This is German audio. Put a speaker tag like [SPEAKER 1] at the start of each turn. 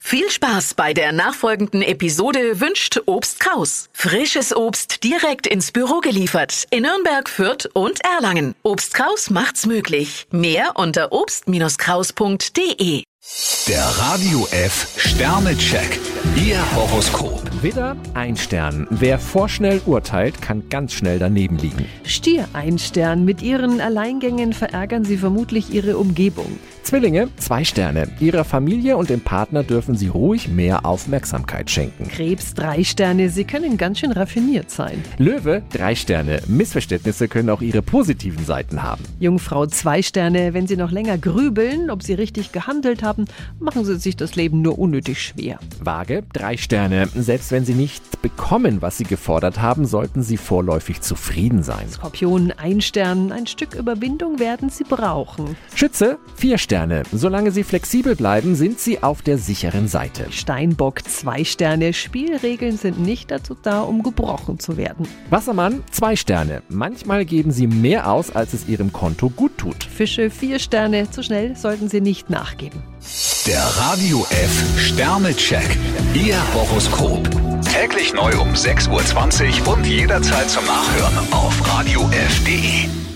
[SPEAKER 1] Viel Spaß bei der nachfolgenden Episode wünscht Obst Kraus. Frisches Obst direkt ins Büro geliefert in Nürnberg, Fürth und Erlangen. Obst Kraus macht's möglich. Mehr unter obst-kraus.de.
[SPEAKER 2] Der Radio F Sternecheck. Ihr Horoskop.
[SPEAKER 3] Widder, ein Stern. Wer vorschnell urteilt, kann ganz schnell daneben liegen.
[SPEAKER 4] Stier ein Stern. Mit ihren Alleingängen verärgern sie vermutlich ihre Umgebung.
[SPEAKER 3] Zwillinge, zwei Sterne. Ihrer Familie und dem Partner dürfen sie ruhig mehr Aufmerksamkeit schenken.
[SPEAKER 4] Krebs drei Sterne. Sie können ganz schön raffiniert sein.
[SPEAKER 3] Löwe, drei Sterne. Missverständnisse können auch ihre positiven Seiten haben.
[SPEAKER 4] Jungfrau zwei Sterne. Wenn sie noch länger grübeln, ob sie richtig gehandelt haben, machen sie sich das Leben nur unnötig schwer.
[SPEAKER 3] Waage, drei Sterne. Selbst wenn sie nicht bekommen, was sie gefordert haben, sollten sie vorläufig zufrieden sein.
[SPEAKER 4] Skorpion ein Stern. Ein Stück Überwindung werden sie brauchen.
[SPEAKER 3] Schütze, vier Sterne. Solange sie flexibel bleiben, sind sie auf der sicheren Seite.
[SPEAKER 4] Steinbock zwei Sterne. Spielregeln sind nicht dazu da, um gebrochen zu werden.
[SPEAKER 3] Wassermann, zwei Sterne. Manchmal geben sie mehr aus, als es ihrem Konto gut tut.
[SPEAKER 4] Fische vier Sterne. Zu schnell sollten sie nicht nachgeben.
[SPEAKER 2] Der Radio F Sternecheck. Ihr Horoskop. Täglich neu um 6.20 Uhr und jederzeit zum Nachhören auf Radio radiof.de.